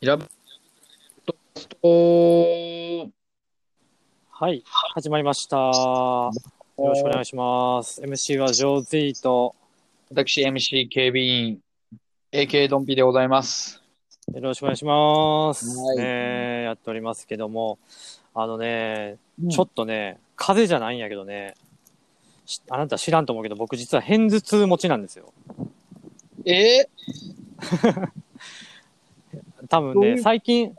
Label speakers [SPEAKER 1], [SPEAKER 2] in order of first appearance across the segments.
[SPEAKER 1] ラブトースト、
[SPEAKER 2] はい、始まりました。よろしくお願いします。MC はジョーズイート。
[SPEAKER 1] 私 MC 警備員、AK ドンピでございます。
[SPEAKER 2] よろしくお願いします。
[SPEAKER 1] はい
[SPEAKER 2] ねえやっておりますけども、あのね、ちょっとね、風邪じゃないんやけどね、しあなた知らんと思うけど、僕実は偏頭痛持ちなんですよ。
[SPEAKER 1] え
[SPEAKER 2] 多分
[SPEAKER 1] どうい
[SPEAKER 2] ね、
[SPEAKER 1] う
[SPEAKER 2] 最近、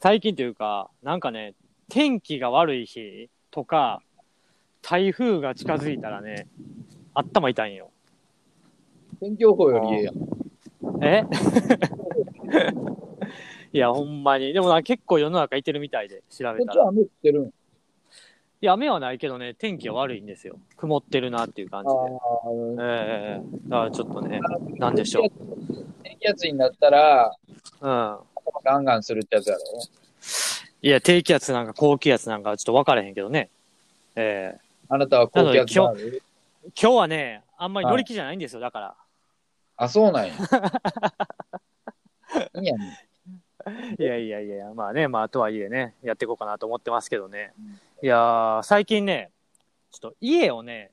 [SPEAKER 2] 最近というか、なんかね、天気が悪い日とか、台風が近づいたらね、頭痛いんよ。
[SPEAKER 1] 天気予報よりええやん。
[SPEAKER 2] え いや、ほんまに。でもな、結構世の中いてるみたいで、調べ
[SPEAKER 1] こ
[SPEAKER 2] た
[SPEAKER 1] っちは
[SPEAKER 2] ら。
[SPEAKER 1] 雨降ってるん
[SPEAKER 2] いや、雨はないけどね、天気は悪いんですよ。曇ってるなっていう感じ
[SPEAKER 1] あ
[SPEAKER 2] で。
[SPEAKER 1] ー
[SPEAKER 2] ええだからちょっとね、なんでしょう。
[SPEAKER 1] 低気圧になったら、
[SPEAKER 2] うん。
[SPEAKER 1] ガンガンするってやつやろ。
[SPEAKER 2] いや、低気圧なんか高気圧なんかちょっと分からへんけどね。ええ
[SPEAKER 1] あなたは高気圧がある。
[SPEAKER 2] 今日はね、あんまり乗り気じゃないんですよ、だから。
[SPEAKER 1] あ、そう なんや。いいやね。
[SPEAKER 2] いやいやいや、まあね、まあとはいえね、やっていこうかなと思ってますけどね。いやー、最近ね、ちょっと家をね、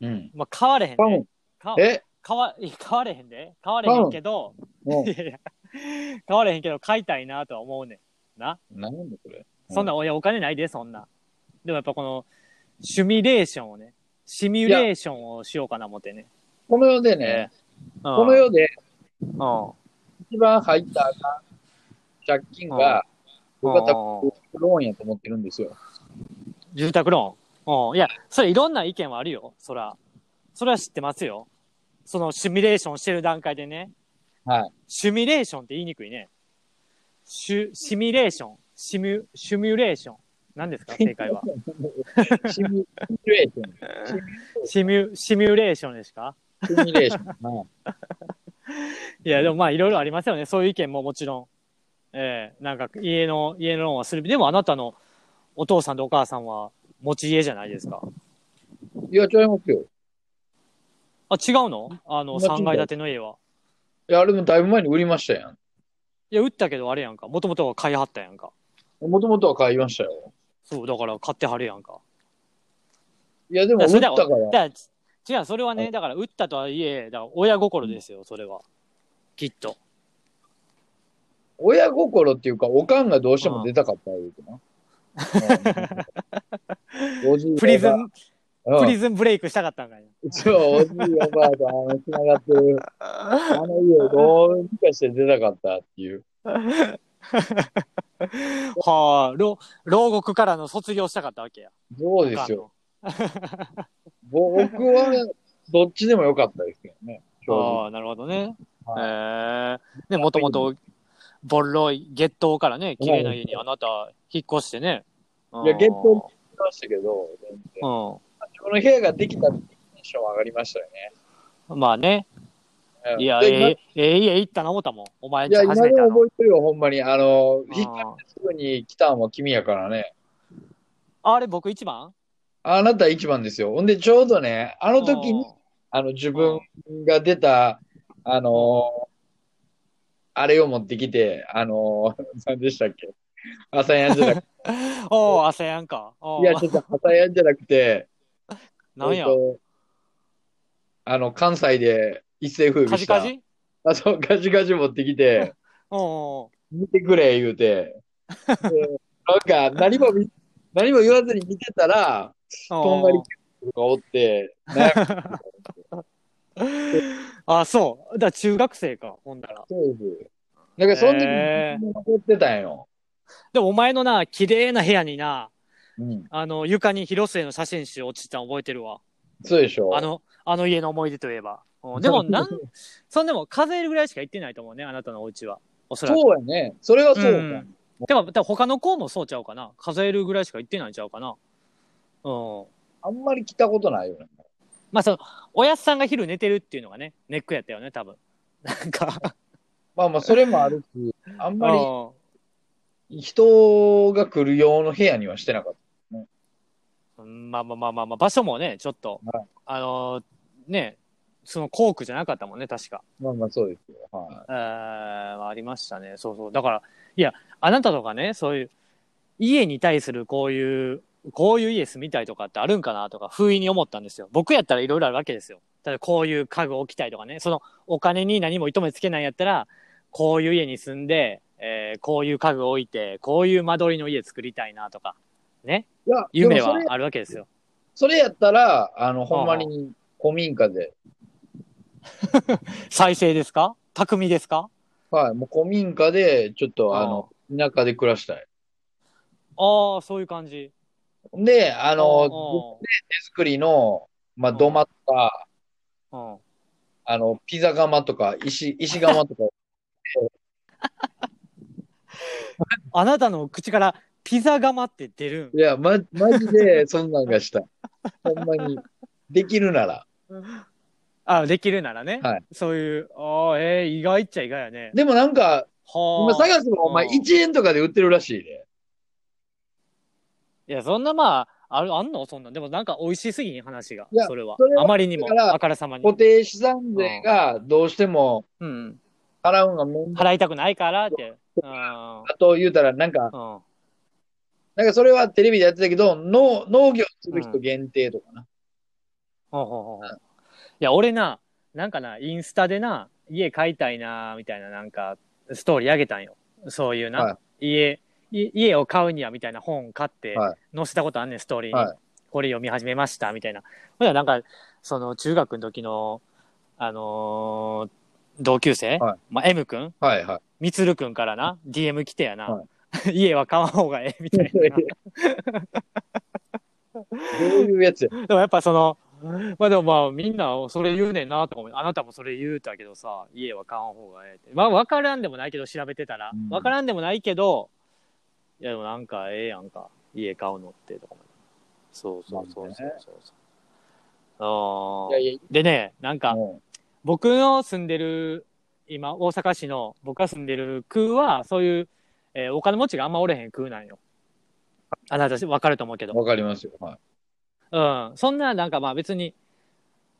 [SPEAKER 1] うん。
[SPEAKER 2] まあ買われへん
[SPEAKER 1] パ
[SPEAKER 2] ね
[SPEAKER 1] ン。、
[SPEAKER 2] 買わ
[SPEAKER 1] え
[SPEAKER 2] 買わ、 いや買われへんで。買われへんけど、
[SPEAKER 1] も
[SPEAKER 2] いやいや、買われへんけど、買いたいなとは思うねん。な。
[SPEAKER 1] う、なんだこれ。
[SPEAKER 2] そんな、おや、お金ないで、そんな。でもやっぱこの、シミュレーションをね、シミュレーションをしようかな思ってね。
[SPEAKER 1] この世でね、
[SPEAKER 2] うん
[SPEAKER 1] この世で
[SPEAKER 2] うん。
[SPEAKER 1] 一番入ったらあかん借金が、僕は多分、ローンやと思ってるんですよ。
[SPEAKER 2] 住宅ローン。うん。いや、それいろんな意見はあるよ、そら。それは知ってますよ。そのシミュレーションしてる段階でね。
[SPEAKER 1] はい。
[SPEAKER 2] シミュレーションって言いにくいね。シュ、シミュレーション。シミュ、シミュレーション。何ですか正 解は。
[SPEAKER 1] シミュレーション。
[SPEAKER 2] シミュ、シミュレーションですか
[SPEAKER 1] シミュレーション。ま
[SPEAKER 2] いや、でもまあいろいろありますよね。そういう意見ももちろん。ええなんか家の、家のローンはする。でもあなたのお父さんとお母さんは持ち家じゃないですか。
[SPEAKER 1] あ、いや、ちゃいますよ。
[SPEAKER 2] あ、違うのあの、
[SPEAKER 1] 持ち家
[SPEAKER 2] 3階建ての家は。
[SPEAKER 1] いや、あれもだいぶ前に売りましたや
[SPEAKER 2] いや、売ったけどあれやんか。もともとは買いはったやんか。
[SPEAKER 1] ん。もともとは買いましたよ。
[SPEAKER 2] そう、だから買ってはるやんか。
[SPEAKER 1] いや、でも
[SPEAKER 2] だ
[SPEAKER 1] 売った
[SPEAKER 2] ら
[SPEAKER 1] から
[SPEAKER 2] それ。だからち違う、それは
[SPEAKER 1] は
[SPEAKER 2] ね、だから売ったとはいえ、だから親心ですよ、それは。きっと。
[SPEAKER 1] 親心っていうか、おかんがどうしても出たかったいうて な。うんおじい
[SPEAKER 2] プリズ
[SPEAKER 1] おば
[SPEAKER 2] ン、
[SPEAKER 1] あ
[SPEAKER 2] プ
[SPEAKER 1] うん
[SPEAKER 2] リズンブレイクしたかったんかいな。
[SPEAKER 1] そう、おじいおばあさんの繋がってる。あの家をどうにかして出たかったっていう。
[SPEAKER 2] はあ、牢牢獄からの卒業したかったわけや。
[SPEAKER 1] そうですよ。僕は、どっちでもよかったですけどね。
[SPEAKER 2] あ
[SPEAKER 1] 正直
[SPEAKER 2] あー、なるほどね。
[SPEAKER 1] はい
[SPEAKER 2] ええね、もともと、ボロい、月頭からね、綺麗な家にあなた、引っ越してね。
[SPEAKER 1] いや月頭言ってましたけど、全然
[SPEAKER 2] う
[SPEAKER 1] 自分の部屋ができたってテンション上がりましたよね。
[SPEAKER 2] ん。まあね。
[SPEAKER 1] うん
[SPEAKER 2] いや、え
[SPEAKER 1] で
[SPEAKER 2] えええ家行ったな思ったもん。お前ん
[SPEAKER 1] い
[SPEAKER 2] ち
[SPEAKER 1] や、
[SPEAKER 2] 初
[SPEAKER 1] 今
[SPEAKER 2] めて
[SPEAKER 1] で
[SPEAKER 2] あ
[SPEAKER 1] も
[SPEAKER 2] の。
[SPEAKER 1] 覚えてるよ、ほんまに。あの、
[SPEAKER 2] うん
[SPEAKER 1] 引っ越してすぐに来たんは君やからね。
[SPEAKER 2] あれ、僕一番
[SPEAKER 1] あなた一番ですよ。ほんで、ちょうどね、あ
[SPEAKER 2] あ
[SPEAKER 1] の時に、あの、自分が出た、あの、あれを持ってきて、あの、 何でしたっけ朝やんじゃな くて、
[SPEAKER 2] おお、朝やんか。お
[SPEAKER 1] いや、ちょっと朝やんじゃなくて、
[SPEAKER 2] なんや
[SPEAKER 1] えっ。とあの、関西で一世風靡
[SPEAKER 2] カ
[SPEAKER 1] し
[SPEAKER 2] ジ
[SPEAKER 1] た。
[SPEAKER 2] カジ
[SPEAKER 1] あ、そう、ガジガジ持ってき て、
[SPEAKER 2] おう
[SPEAKER 1] 見てくれ、言うて。でなんか、何も見、何も言わずに見てたら、
[SPEAKER 2] おう
[SPEAKER 1] とんがり君がおって、なんか
[SPEAKER 2] あ、そう。だから中学生か、ほんだら。
[SPEAKER 1] そう です。なんか、その時
[SPEAKER 2] へー
[SPEAKER 1] に残ってたんよ。
[SPEAKER 2] でも、お前のな、綺麗な部屋にな、
[SPEAKER 1] うん。
[SPEAKER 2] あの、床に広末の写真集落ちてたの覚えてるわ。
[SPEAKER 1] そうでしょ。
[SPEAKER 2] あの、あの家の思い出といえば。うんでも、なん、そんでも数えるぐらいしか行ってないと思うね、あなたのお家は。おそらく。
[SPEAKER 1] そうやね。それはそうか。
[SPEAKER 2] うんでも、多分他の子もそうちゃうかな。数えるぐらいしか行ってないんちゃうかな。うん。
[SPEAKER 1] あんまり来たことないよね。
[SPEAKER 2] まあ、その、おやっさんが昼寝てるっていうのがね、ネックやったよね、多分。 なんか、
[SPEAKER 1] まあまあ、それもあるし、あんま
[SPEAKER 2] うん
[SPEAKER 1] り人が来る用の部屋にはしてなかった。
[SPEAKER 2] うんまあまあまあまあまあ、場所もね、ちょっと、
[SPEAKER 1] はい
[SPEAKER 2] あのーね、その校区じゃなかったもんね、確か。
[SPEAKER 1] まあまあ、そうですよ。はい。
[SPEAKER 2] えー、ありましたね。そうそう。だから、いや、あなたとかね、そういう、家に対するこういう、こういう家住みたいとかってあるんかなとか、不意に思ったんですよ。僕やったらいろいろあるわけですよ。ただこういう家具置きたいとかね、そのお金に何も糸目つけないんやったら、こういう家に住んで、えーこういう家具置いて、こういう間取りの家作りたいなとか、ね、
[SPEAKER 1] いや、
[SPEAKER 2] 夢
[SPEAKER 1] でも
[SPEAKER 2] は
[SPEAKER 1] それ
[SPEAKER 2] あるわけですよ。
[SPEAKER 1] それやったら、あの、ほんまに古民家で、
[SPEAKER 2] 再生ですか匠ですか
[SPEAKER 1] はい、もう古民家で、ちょっとあの、田舎で暮らしたい。
[SPEAKER 2] ああ、そういう感じ。
[SPEAKER 1] で、あ
[SPEAKER 2] あ
[SPEAKER 1] の、手作りの、まあ、
[SPEAKER 2] うん
[SPEAKER 1] 土間とか、
[SPEAKER 2] うん、
[SPEAKER 1] あの、ピザ窯とか、石、石窯 とか、
[SPEAKER 2] あなたの口からピザ窯って出るん
[SPEAKER 1] いや、ま、マジで、そんなんがしたい。ほんまに。できるなら。
[SPEAKER 2] あできるならね、
[SPEAKER 1] はい
[SPEAKER 2] そういうああえー、意外っちゃ意外やね
[SPEAKER 1] でもなんか、今
[SPEAKER 2] はあ
[SPEAKER 1] 探せばお前
[SPEAKER 2] あー
[SPEAKER 1] 1円とかで売ってるらしいね。
[SPEAKER 2] いやそんなまああるあんのそんなんでもなんか美味しすぎん話が
[SPEAKER 1] いや
[SPEAKER 2] それは
[SPEAKER 1] それは
[SPEAKER 2] あまりにも
[SPEAKER 1] だから
[SPEAKER 2] あからさまに
[SPEAKER 1] 固、定資産税がどうしても
[SPEAKER 2] うんうん、
[SPEAKER 1] 払うんが面倒
[SPEAKER 2] 払いたくないからってうん
[SPEAKER 1] だと言うたら、なんか、
[SPEAKER 2] うん
[SPEAKER 1] なんかそれはテレビでやってたけど、農農業する人限定とかな。
[SPEAKER 2] ほうほうほうほういや、俺な、なんかな、インスタでな、家買いたいな、みたいな、なんか、ストーリーあげたんよ。そういうな、
[SPEAKER 1] は
[SPEAKER 2] 家、い家を買うには、みたいな本買って
[SPEAKER 1] はい、
[SPEAKER 2] 載せたことあんねん、ストーリーに。
[SPEAKER 1] はい
[SPEAKER 2] これ読み始めました、みたいな。ほんならなんか、その、中学の時の、あのー同級生、
[SPEAKER 1] はい
[SPEAKER 2] まあ、M 君
[SPEAKER 1] はいは
[SPEAKER 2] みつる君からな、DM 来てやな、
[SPEAKER 1] は
[SPEAKER 2] 家は買わん方が ええ、みたい
[SPEAKER 1] い。ど
[SPEAKER 2] な。
[SPEAKER 1] ういうやつや
[SPEAKER 2] でもやっぱその、まあでもまあみんなそれ言うねんなとか思うあなたもそれ言うたけどさ、家は買わん方がええって。まあ分からんでもないけど調べてたら
[SPEAKER 1] うん、
[SPEAKER 2] 分からんでもないけど、いやでもなんかええやんか、家買うのってとか思うそうそうそうそうそうそ
[SPEAKER 1] い
[SPEAKER 2] う。
[SPEAKER 1] やいや、い
[SPEAKER 2] あーでね、なん
[SPEAKER 1] や
[SPEAKER 2] か
[SPEAKER 1] も
[SPEAKER 2] 僕の住んでる、今大阪市の僕が住んでる区は、そういう、えーお金持ちがあんまおれへん区なんよ。あなた分かると思うけど
[SPEAKER 1] う、。わかりますよ。はい。
[SPEAKER 2] うん。そんな、なんかまあ別に、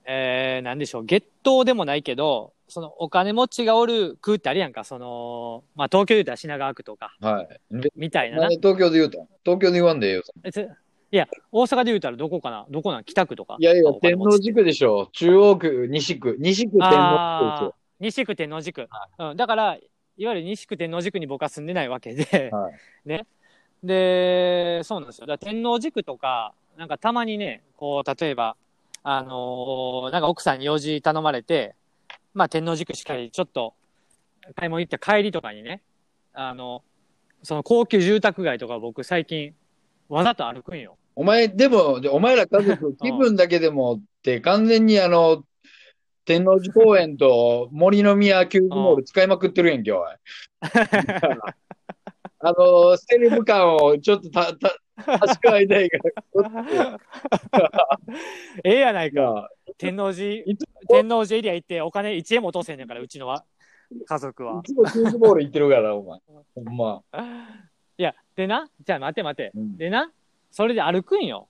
[SPEAKER 2] えー、なんでしょう、月頭でもないけど、そのお金持ちがおる区ってあるやんか、その、まあ東京で言うたら品川区とか、
[SPEAKER 1] はい。で
[SPEAKER 2] みたいな
[SPEAKER 1] な
[SPEAKER 2] なん
[SPEAKER 1] で。東京で言うと。東京で言わんでええよ。
[SPEAKER 2] 別いや、大阪で言うたらどこかなどこなん北区とか。
[SPEAKER 1] いやいや、
[SPEAKER 2] お金
[SPEAKER 1] 天
[SPEAKER 2] 持
[SPEAKER 1] 王
[SPEAKER 2] ち
[SPEAKER 1] 寺区でしょ。中央区、西区。西区天王
[SPEAKER 2] あ
[SPEAKER 1] 寺
[SPEAKER 2] あ、西区天王寺区。うん。だから、いわゆる西区天王寺区に僕は住んでないわけで、
[SPEAKER 1] は
[SPEAKER 2] ね。で、そうなんですよ。だから天王寺区とか、なんかたまにね、こう、例えば、あのーなんか奥さんに用事頼まれて、まあ天王寺区しっかりちょっと買い物行って帰りとかにね、あの、その高級住宅街とか僕最近わざと歩くんよ。
[SPEAKER 1] お前、でも、じゃあお前ら家 族、気分だけでもって、完全にあの、天王寺公園と森の宮球児モール使いまくってるやん け、おい。あの、ステレブ感をちょっとた、た、確かめたいから。
[SPEAKER 2] ええやない
[SPEAKER 1] いや
[SPEAKER 2] か。 天王寺
[SPEAKER 1] いつ、
[SPEAKER 2] 天王寺エリア行ってお金1円も落とせんねんから、うちのは、家族は。
[SPEAKER 1] いつも球児モール行ってるから、お前。ほんま。
[SPEAKER 2] いや、でな、じゃあ待て待て。
[SPEAKER 1] うん
[SPEAKER 2] でな、それで歩くんよ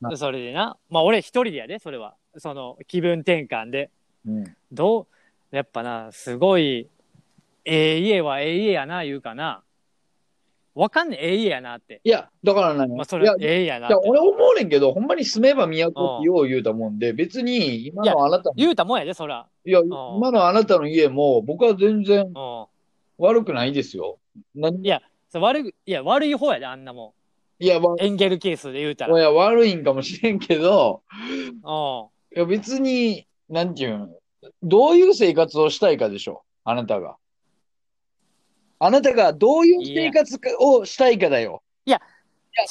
[SPEAKER 1] は。
[SPEAKER 2] それでな、まあ俺一人でやで、それは。その気分転換で。
[SPEAKER 1] うん。
[SPEAKER 2] どう、やっぱな、すごい、ええ家はええ家やな、言うかな。わかんねえ、ええ家やなって。
[SPEAKER 1] いや、だからな、
[SPEAKER 2] まあそ
[SPEAKER 1] い
[SPEAKER 2] れ
[SPEAKER 1] や、、
[SPEAKER 2] ええ家やなっ
[SPEAKER 1] いや
[SPEAKER 2] て。
[SPEAKER 1] 俺思うねんけど、ほんまに住めば都ってよう言うたもんで、別に今のあなたの、い
[SPEAKER 2] 言うたもんやで、そら。
[SPEAKER 1] や、
[SPEAKER 2] ん
[SPEAKER 1] 今のあなたの家も、僕は全然
[SPEAKER 2] うん。
[SPEAKER 1] 悪くないですよ。何
[SPEAKER 2] いや、それ悪い、いや、悪い方やで、あんなも
[SPEAKER 1] いや、わ
[SPEAKER 2] ん。エンゲル係数で言うたら。
[SPEAKER 1] いや悪いんかもしれんけど、
[SPEAKER 2] うん。
[SPEAKER 1] いや別に、なんていうん、どういう生活をしたいかでしょあなたが。あなたがどういう生活かをしたいかだよ。
[SPEAKER 2] 違う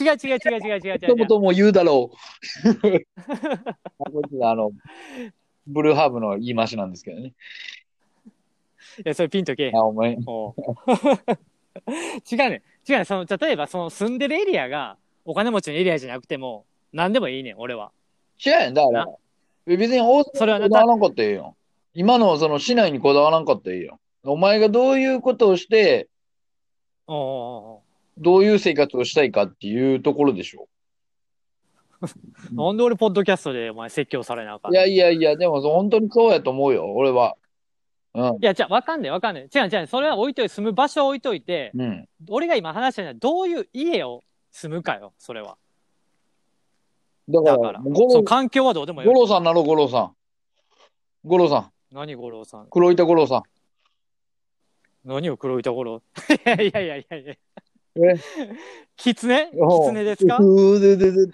[SPEAKER 2] 違う違う違う違う違う違
[SPEAKER 1] と
[SPEAKER 2] う
[SPEAKER 1] も。とも言うだろう。 あこいつのあの、ブルーハーブの言い回しなんですけどね。
[SPEAKER 2] いや、それピンとけえへん
[SPEAKER 1] あ、お前。
[SPEAKER 2] おう違う ねん違うねんその、例えばその住んでるエリアがお金持ちのエリアじゃなくても、何でもいいねん、俺は。
[SPEAKER 1] 違うやん、だから。別に大
[SPEAKER 2] それ
[SPEAKER 1] 阪
[SPEAKER 2] は
[SPEAKER 1] にこ
[SPEAKER 2] な
[SPEAKER 1] だわらんかったらいいよ。今のその市内にこだわらんかったらいいよ。お前がどういうことをして、
[SPEAKER 2] おうお
[SPEAKER 1] どういう生活をしたいかっていうところでしょ。
[SPEAKER 2] うおうおうなんで俺、ポッドキャストでお前説教されなあかん
[SPEAKER 1] いやいやいや、でも本当にそうやと思うよ、俺は。うん。
[SPEAKER 2] いや、じゃあ、わかんないわかんない。違う違う、それは置いといて、住む場所を置いといて、
[SPEAKER 1] うん。
[SPEAKER 2] 俺が今話したのは、どういう家を住むかよ、それは。
[SPEAKER 1] だ
[SPEAKER 2] だ
[SPEAKER 1] か、
[SPEAKER 2] からら、
[SPEAKER 1] 五
[SPEAKER 2] そう、
[SPEAKER 1] 郎、
[SPEAKER 2] 環境はどうでも
[SPEAKER 1] 五
[SPEAKER 2] よい。
[SPEAKER 1] 郎さんなの、五郎さん。五郎さん。
[SPEAKER 2] 何五郎さん。
[SPEAKER 1] 黒板五郎さん。
[SPEAKER 2] 何を黒いところ いやいやいやいやいや。
[SPEAKER 1] え
[SPEAKER 2] キツネキツネですか
[SPEAKER 1] うーでででで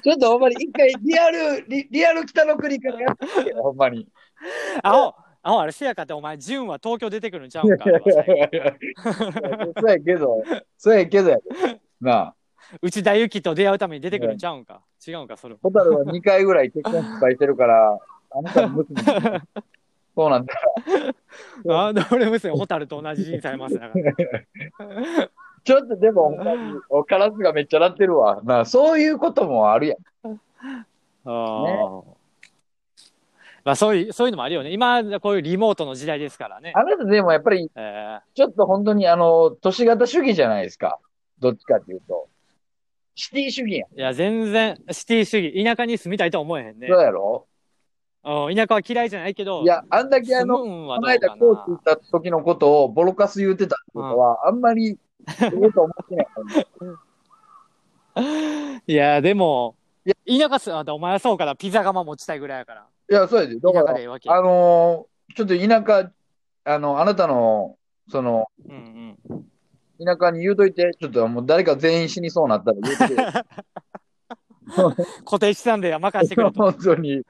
[SPEAKER 1] ちょっとほんまに一回リアル、 リリアル北の国からやってみて よほんまに。
[SPEAKER 2] 青青あれせやかってお前純は東京出てくるんちゃ
[SPEAKER 1] いうや
[SPEAKER 2] ん
[SPEAKER 1] い
[SPEAKER 2] か
[SPEAKER 1] やいやいやそうやけど、そうやけどやでなあ、
[SPEAKER 2] 内田有紀と出会うために出てくるんちゃうんか、違うんかそれ
[SPEAKER 1] ホタルは2回ぐらい結婚失敗してるから、あなたの娘 にそうなんだ。
[SPEAKER 2] あ俺無線ホタルと同じ人されます だから
[SPEAKER 1] ちょっとでも、ほんまにおカラスがめっちゃ鳴ってるわ。なあ、そういうこともあるやん。
[SPEAKER 2] あー、まあそういうそういうのもあるよね今こういうリモートの時代ですからね
[SPEAKER 1] あなたでもやっぱり、
[SPEAKER 2] え
[SPEAKER 1] ちょっと本当にあの、都市型主義じゃないですか。どっちかっていうと。シティ主義やん。
[SPEAKER 2] ーいや全然シティ主義田舎に住みたいとは思えへんね
[SPEAKER 1] そうやろ
[SPEAKER 2] うん田舎は嫌いじゃないけど
[SPEAKER 1] いや、あんだけあ
[SPEAKER 2] 住
[SPEAKER 1] の、
[SPEAKER 2] むんは
[SPEAKER 1] この
[SPEAKER 2] どう
[SPEAKER 1] 間
[SPEAKER 2] か
[SPEAKER 1] コーチ行った
[SPEAKER 2] な
[SPEAKER 1] 時のことをボロカス言うてたってことは、あんまり、そうと思ってない。
[SPEAKER 2] いやでも田舎すあんたお前はそうからピザ窯持ちたいぐらいやから
[SPEAKER 1] いや、 そうやで。だか
[SPEAKER 2] 田舎
[SPEAKER 1] ら
[SPEAKER 2] で、ええわけ
[SPEAKER 1] あのーちょっと田舎、あの、あなたの、その、
[SPEAKER 2] うんうん
[SPEAKER 1] 田舎に言うといて、ちょっともう誰か全員死にそうになったら言うといて。
[SPEAKER 2] 固定資産で任せてくれと。
[SPEAKER 1] 本当 に。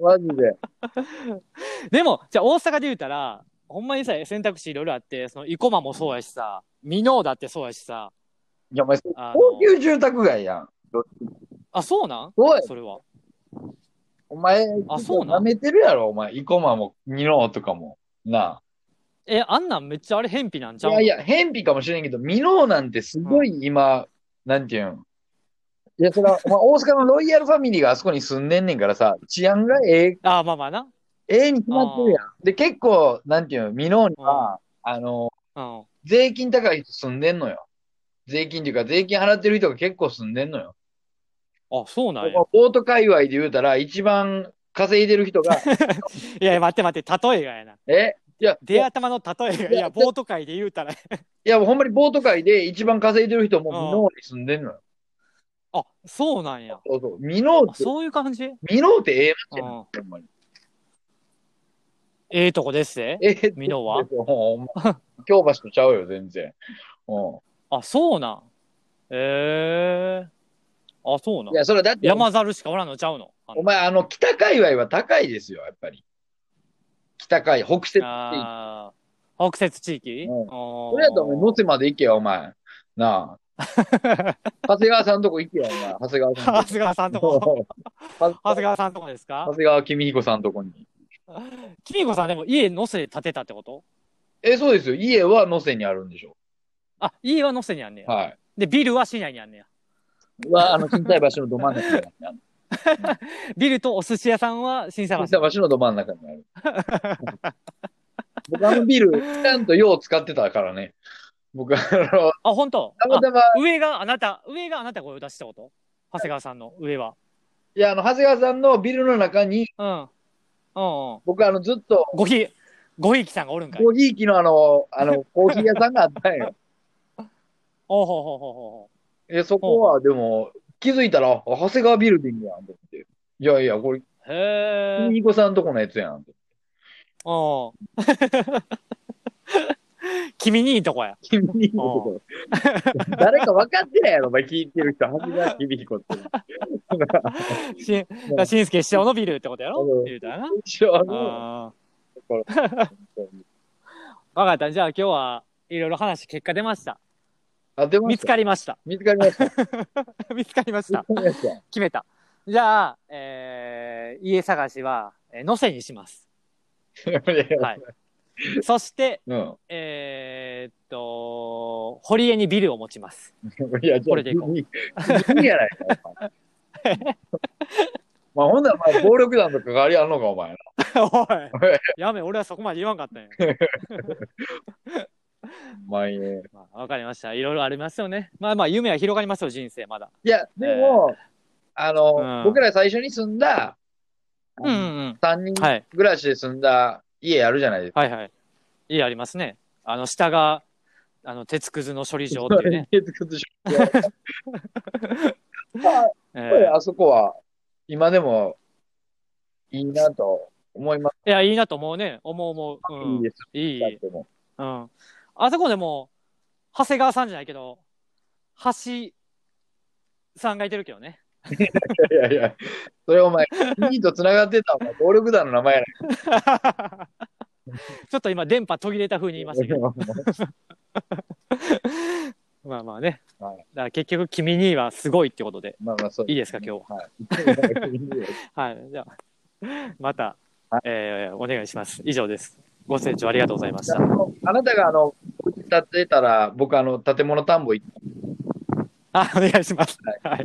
[SPEAKER 1] マジで。
[SPEAKER 2] でも、じゃあ大阪で言うたら、ほんまにさ、選択肢いろいろあって、その、生駒もそうやしさ、箕面だってそうやしさ、
[SPEAKER 1] いや、お前、
[SPEAKER 2] あの
[SPEAKER 1] 高級住宅街やん。
[SPEAKER 2] あ、そうなん
[SPEAKER 1] おい、
[SPEAKER 2] それは。
[SPEAKER 1] お前、
[SPEAKER 2] あそうな
[SPEAKER 1] 舐
[SPEAKER 2] ん
[SPEAKER 1] めてるやろ、お前。生駒も、二郎とかも。な
[SPEAKER 2] え、あんなんめっちゃあれ、偏僻なん
[SPEAKER 1] あ。
[SPEAKER 2] じ
[SPEAKER 1] い
[SPEAKER 2] ゃ
[SPEAKER 1] や
[SPEAKER 2] ん
[SPEAKER 1] いや、偏僻かもしれんけど、ミノーなんてすごい今、なんていうん。いや、それは、お前、大阪のロイヤルファミリーがあそこに住んでんねんからさ、治安がええ
[SPEAKER 2] あ、まあまあな。
[SPEAKER 1] ええに決まってるやん。で、結構、なんていうの、ミノーには、あの、
[SPEAKER 2] うん。
[SPEAKER 1] 税金高い人住んでんのよ。税金っていうか、税金払ってる人が結構住んでんのよ。
[SPEAKER 2] あ、そうなんや。
[SPEAKER 1] ここボート界隈で言うたら、一番稼いでる人 が、
[SPEAKER 2] いや、待って待って、例えがやな。
[SPEAKER 1] えいや、い
[SPEAKER 2] 出
[SPEAKER 1] や、
[SPEAKER 2] 頭の例えが、
[SPEAKER 1] い
[SPEAKER 2] い
[SPEAKER 1] や
[SPEAKER 2] や、ボート界で言うたら、
[SPEAKER 1] いやほんまにボート界で一番稼いでる人もミノーに住んでんのよ。
[SPEAKER 2] あ、そうなんや。
[SPEAKER 1] そうそう。ミノー
[SPEAKER 2] あ
[SPEAKER 1] って、
[SPEAKER 2] そういう感じうん。
[SPEAKER 1] ミノーってええ街やん。ほんまに。
[SPEAKER 2] ええとこですぜ。
[SPEAKER 1] ええ、
[SPEAKER 2] 箕面 は。
[SPEAKER 1] ほんま京橋とちゃうよ、全然。う
[SPEAKER 2] あ、そうなん。ええあ、そうなん
[SPEAKER 1] ん。い。や、それはだって、
[SPEAKER 2] 山猿しかおらんのちゃうのあん
[SPEAKER 1] お
[SPEAKER 2] な
[SPEAKER 1] 前、あの、北界隈は高いですよ、やっぱり。北界、北節って言って。
[SPEAKER 2] ああ、北摂地域
[SPEAKER 1] うん
[SPEAKER 2] そ
[SPEAKER 1] それやったら、お前、能勢まで行けよ、お前。な あ。長谷川さんとこ行けよ、お前。長谷川さんと
[SPEAKER 2] 長谷川さん とこ。
[SPEAKER 1] こ。長
[SPEAKER 2] 長谷川さんとこですか
[SPEAKER 1] 長谷川公彦さんとこに。
[SPEAKER 2] キミコさんでも家能勢建てたってこと
[SPEAKER 1] え、そうですよ。家は能勢にあるんでしょ。
[SPEAKER 2] あ、家は能勢にあんねや。
[SPEAKER 1] は
[SPEAKER 2] で、ビルは市内にあんねや。
[SPEAKER 1] い。は、あの、新橋のど真ん中にあ る。
[SPEAKER 2] ビルとお寿司屋さんは新
[SPEAKER 1] 新
[SPEAKER 2] 探し。
[SPEAKER 1] 橋のど真ん中にあ る。僕、あのビル、ちゃんとよう使ってたからね。僕、あの、
[SPEAKER 2] あ、本当
[SPEAKER 1] たまたま、
[SPEAKER 2] あ上があなた、上があなたご用達したこと長谷川さんの上は。
[SPEAKER 1] いや、あの、長谷川さんのビルの中に、
[SPEAKER 2] うん。うんうん。
[SPEAKER 1] 僕、あの、ずっと、
[SPEAKER 2] ごひ、ごひいきさんがおるんかい。
[SPEAKER 1] コーヒー機のあの、あの、コーヒー屋さんがあった んよ。
[SPEAKER 2] おうほうほうほうほ
[SPEAKER 1] え、そこは、でも、気づいたら、あ長谷川ビルディングやん、と思って。いやいや、これ、
[SPEAKER 2] う。へえ。
[SPEAKER 1] ニコさんとこのやつやん。
[SPEAKER 2] うん。 君にいいとこや。
[SPEAKER 1] 君にこ誰か分かってないやろ、お前聞いてる人、長谷川君彦って。
[SPEAKER 2] しん、だしんすけ師匠のビルってことやろ
[SPEAKER 1] うん
[SPEAKER 2] 言うたらな。
[SPEAKER 1] 一応あの、
[SPEAKER 2] あ
[SPEAKER 1] これ
[SPEAKER 2] あ。わかった。じゃあ今日はいろいろ話結果出ました。
[SPEAKER 1] あ、出ま
[SPEAKER 2] 見
[SPEAKER 1] し
[SPEAKER 2] つ
[SPEAKER 1] た。
[SPEAKER 2] かりました。
[SPEAKER 1] 見つかりました。見
[SPEAKER 2] 見つかりまし
[SPEAKER 1] つか
[SPEAKER 2] た。
[SPEAKER 1] りました。
[SPEAKER 2] 決めた。じゃあ、えー、家探しは、えーのせにし ます。はい。そして、
[SPEAKER 1] うん。
[SPEAKER 2] えー、っと、堀江にビルを持ちます。
[SPEAKER 1] いや、じゃ
[SPEAKER 2] こ
[SPEAKER 1] あ、
[SPEAKER 2] れでいこう
[SPEAKER 1] 君、君やないか、お前まあ、ほんなら、お前暴力団とかがありあんのか、お前。
[SPEAKER 2] おい、 やめ、俺はそこまで言わんか ったんや。
[SPEAKER 1] お前ね。
[SPEAKER 2] まあわかりました。いろいろありますよね。まあまあ、夢は広がりますよ、人生、まだ。
[SPEAKER 1] いや、でも、あの、
[SPEAKER 2] うん
[SPEAKER 1] 僕ら最初に住んだ、
[SPEAKER 2] うんうんうん。
[SPEAKER 1] 3人
[SPEAKER 2] はい。
[SPEAKER 1] 暮らしで住んだ家あるじゃないですか。
[SPEAKER 2] はいはい。家ありますね。あの、下が、あの、鉄くずの処理場ってい うね。
[SPEAKER 1] 家作ってしまってまあ
[SPEAKER 2] え
[SPEAKER 1] やっぱり
[SPEAKER 2] ー
[SPEAKER 1] あそこは今でもいいなと思います。
[SPEAKER 2] いや、いいなと思うね。思う思う。うん、
[SPEAKER 1] いいです。
[SPEAKER 2] いい
[SPEAKER 1] だっても
[SPEAKER 2] うん。あそこでも、長谷川さんじゃないけど、橋さんがいてるけ どね。
[SPEAKER 1] いやいや、それお前、いいと繋がってたのは暴力団の名前やな
[SPEAKER 2] ちょっと今、電波途切れた風に言いましたけど。 まあまあね。
[SPEAKER 1] はい
[SPEAKER 2] だから結局、君にはすごいってことで。
[SPEAKER 1] まあまあ、そう
[SPEAKER 2] いいですか、今日。
[SPEAKER 1] 日。
[SPEAKER 2] はい。じゃあ、また
[SPEAKER 1] はい、
[SPEAKER 2] えーお願いします。以上です。ご清聴ありがとうございました。
[SPEAKER 1] あなたがあの、お家建てたら、僕あの、建物田んぼ行っ
[SPEAKER 2] あ、お願いします。はい。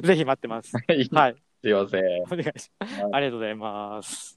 [SPEAKER 2] ぜひ待ってます。
[SPEAKER 1] て、
[SPEAKER 2] はい。
[SPEAKER 1] すいません。
[SPEAKER 2] お願いします。ありがとうございます。